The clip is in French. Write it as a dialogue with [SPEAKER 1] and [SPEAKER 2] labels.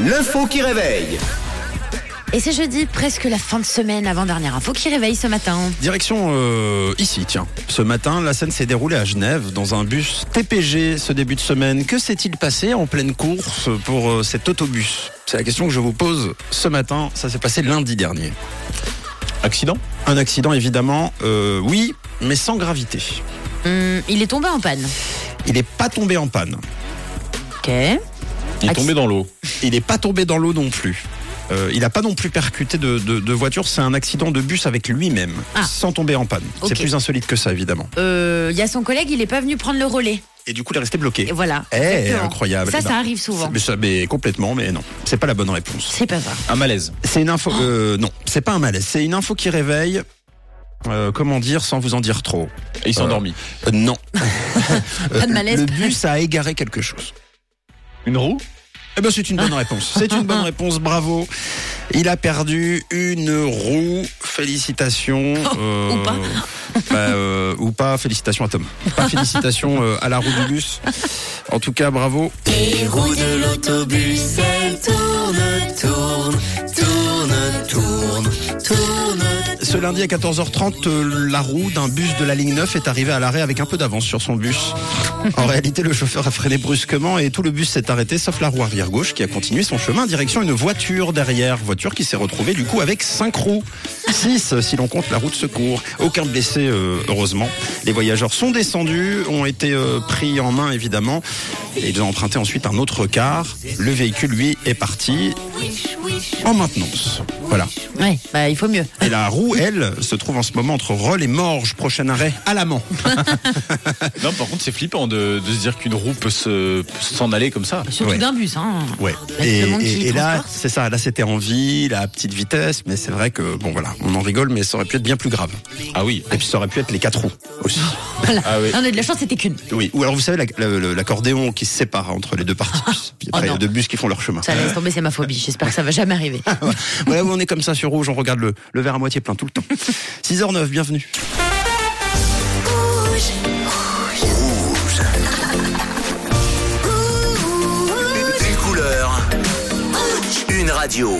[SPEAKER 1] L'info qui réveille.
[SPEAKER 2] Et c'est jeudi, presque la fin de semaine, avant-dernière info qui réveille ce matin.
[SPEAKER 3] Direction euh, ici, tiens. Ce matin, la scène s'est déroulée à Genève, dans un bus TPG ce début de semaine. Que s'est-il passé en pleine course pour euh, cet autobus C'est la question que je vous pose ce matin. Ça s'est passé lundi dernier.
[SPEAKER 4] Accident
[SPEAKER 3] Un accident, évidemment, euh, oui, mais sans gravité.
[SPEAKER 2] Hum, il est tombé en panne.
[SPEAKER 3] Il n'est pas tombé en panne.
[SPEAKER 2] Ok.
[SPEAKER 4] Il est
[SPEAKER 2] Acc-
[SPEAKER 4] tombé dans l'eau.
[SPEAKER 3] Il n'est pas tombé dans l'eau non plus. Euh, il n'a pas non plus percuté de, de- de voiture. C'est un accident de bus avec lui-même,
[SPEAKER 2] Ah.
[SPEAKER 3] sans tomber en panne.
[SPEAKER 2] Ok.
[SPEAKER 3] C'est plus insolite que ça, évidemment.
[SPEAKER 2] Euh, Il y a son collègue, il est pas venu prendre le relais.
[SPEAKER 3] Et du coup, il est resté bloqué.
[SPEAKER 2] Et voilà.
[SPEAKER 3] Eh,
[SPEAKER 2] Exactement.
[SPEAKER 3] incroyable.
[SPEAKER 2] Ça,
[SPEAKER 3] Eh ben,
[SPEAKER 2] ça arrive souvent.
[SPEAKER 3] Mais ça, mais complètement, mais non. C'est pas la bonne réponse.
[SPEAKER 2] C'est pas ça.
[SPEAKER 4] Un malaise.
[SPEAKER 3] C'est une info.
[SPEAKER 2] Oh.
[SPEAKER 3] euh, non, c'est pas un malaise. C'est une info qui réveille. euh, comment dire sans vous en dire trop
[SPEAKER 4] Et il s'est
[SPEAKER 3] Euh.
[SPEAKER 4] endormi.
[SPEAKER 3] Euh, Non. Euh,
[SPEAKER 2] Pas de malaise.
[SPEAKER 3] Le bus a égaré quelque chose.
[SPEAKER 4] Une roue
[SPEAKER 3] Eh ben, c'est une bonne réponse. C'est une bonne réponse. Bravo. Il a perdu une roue. Félicitations. euh,
[SPEAKER 2] ou pas.
[SPEAKER 3] bah, euh, ou pas. Félicitations à Tom. Pas félicitations euh, à la roue du bus. En tout cas, bravo.
[SPEAKER 5] Les roues de l'autobus, elles tournent, tournent, tournent, tournent, tournent.
[SPEAKER 3] Ce lundi à 14h30, euh, la roue d'un bus de la ligne 9 est arrivée à l'arrêt avec un peu d'avance sur son bus. En réalité, le chauffeur a freiné brusquement et tout le bus s'est arrêté, sauf la roue arrière gauche qui a continué son chemin direction une voiture derrière. Voiture qui s'est retrouvée du coup avec 5 roues. 6 si l'on compte la roue de secours. Aucun blessé, euh, heureusement. Les voyageurs sont descendus, ont été euh, pris en main évidemment. Et ils ont emprunté ensuite un autre car. Le véhicule, lui, est parti en maintenance. Voilà.
[SPEAKER 2] Ouais, bah, il faut mieux.
[SPEAKER 3] Et la roue, elle, se trouve en ce moment entre Roll et Morges, prochain arrêt, à l'amant.
[SPEAKER 4] Non, par contre, c'est flippant de, de se dire qu'une roue peut se- peut s'en aller comme ça.
[SPEAKER 2] Surtout
[SPEAKER 3] Ouais.
[SPEAKER 2] d'un bus, hein.
[SPEAKER 3] Ouais.
[SPEAKER 2] Avec
[SPEAKER 3] Et,
[SPEAKER 2] le monde qui
[SPEAKER 3] et- et là,
[SPEAKER 2] transporte.
[SPEAKER 3] c'est ça, là c'était en ville, à petite vitesse, mais c'est vrai que, bon voilà, on en rigole, mais ça aurait pu être bien plus grave.
[SPEAKER 4] Ah oui.
[SPEAKER 3] Et puis ça aurait pu être les quatre roues aussi.
[SPEAKER 2] Voilà.
[SPEAKER 4] Ah oui.
[SPEAKER 2] On a de la chance, c'était qu'une.
[SPEAKER 3] Oui. Ou alors vous savez, la- la- le- l'accordéon qui se sépare entre les deux parties. Puis après, il y
[SPEAKER 2] Oh. non.
[SPEAKER 3] a deux bus qui font leur chemin.
[SPEAKER 2] Ça laisse tomber, c'est ma phobie. J'espère que ça va jamais arriver.
[SPEAKER 3] voilà où on est comme ça sur rouge, on regarde le, le verre à moitié plein tout le temps. 6h09, bienvenue.
[SPEAKER 1] Une couleur. Une radio.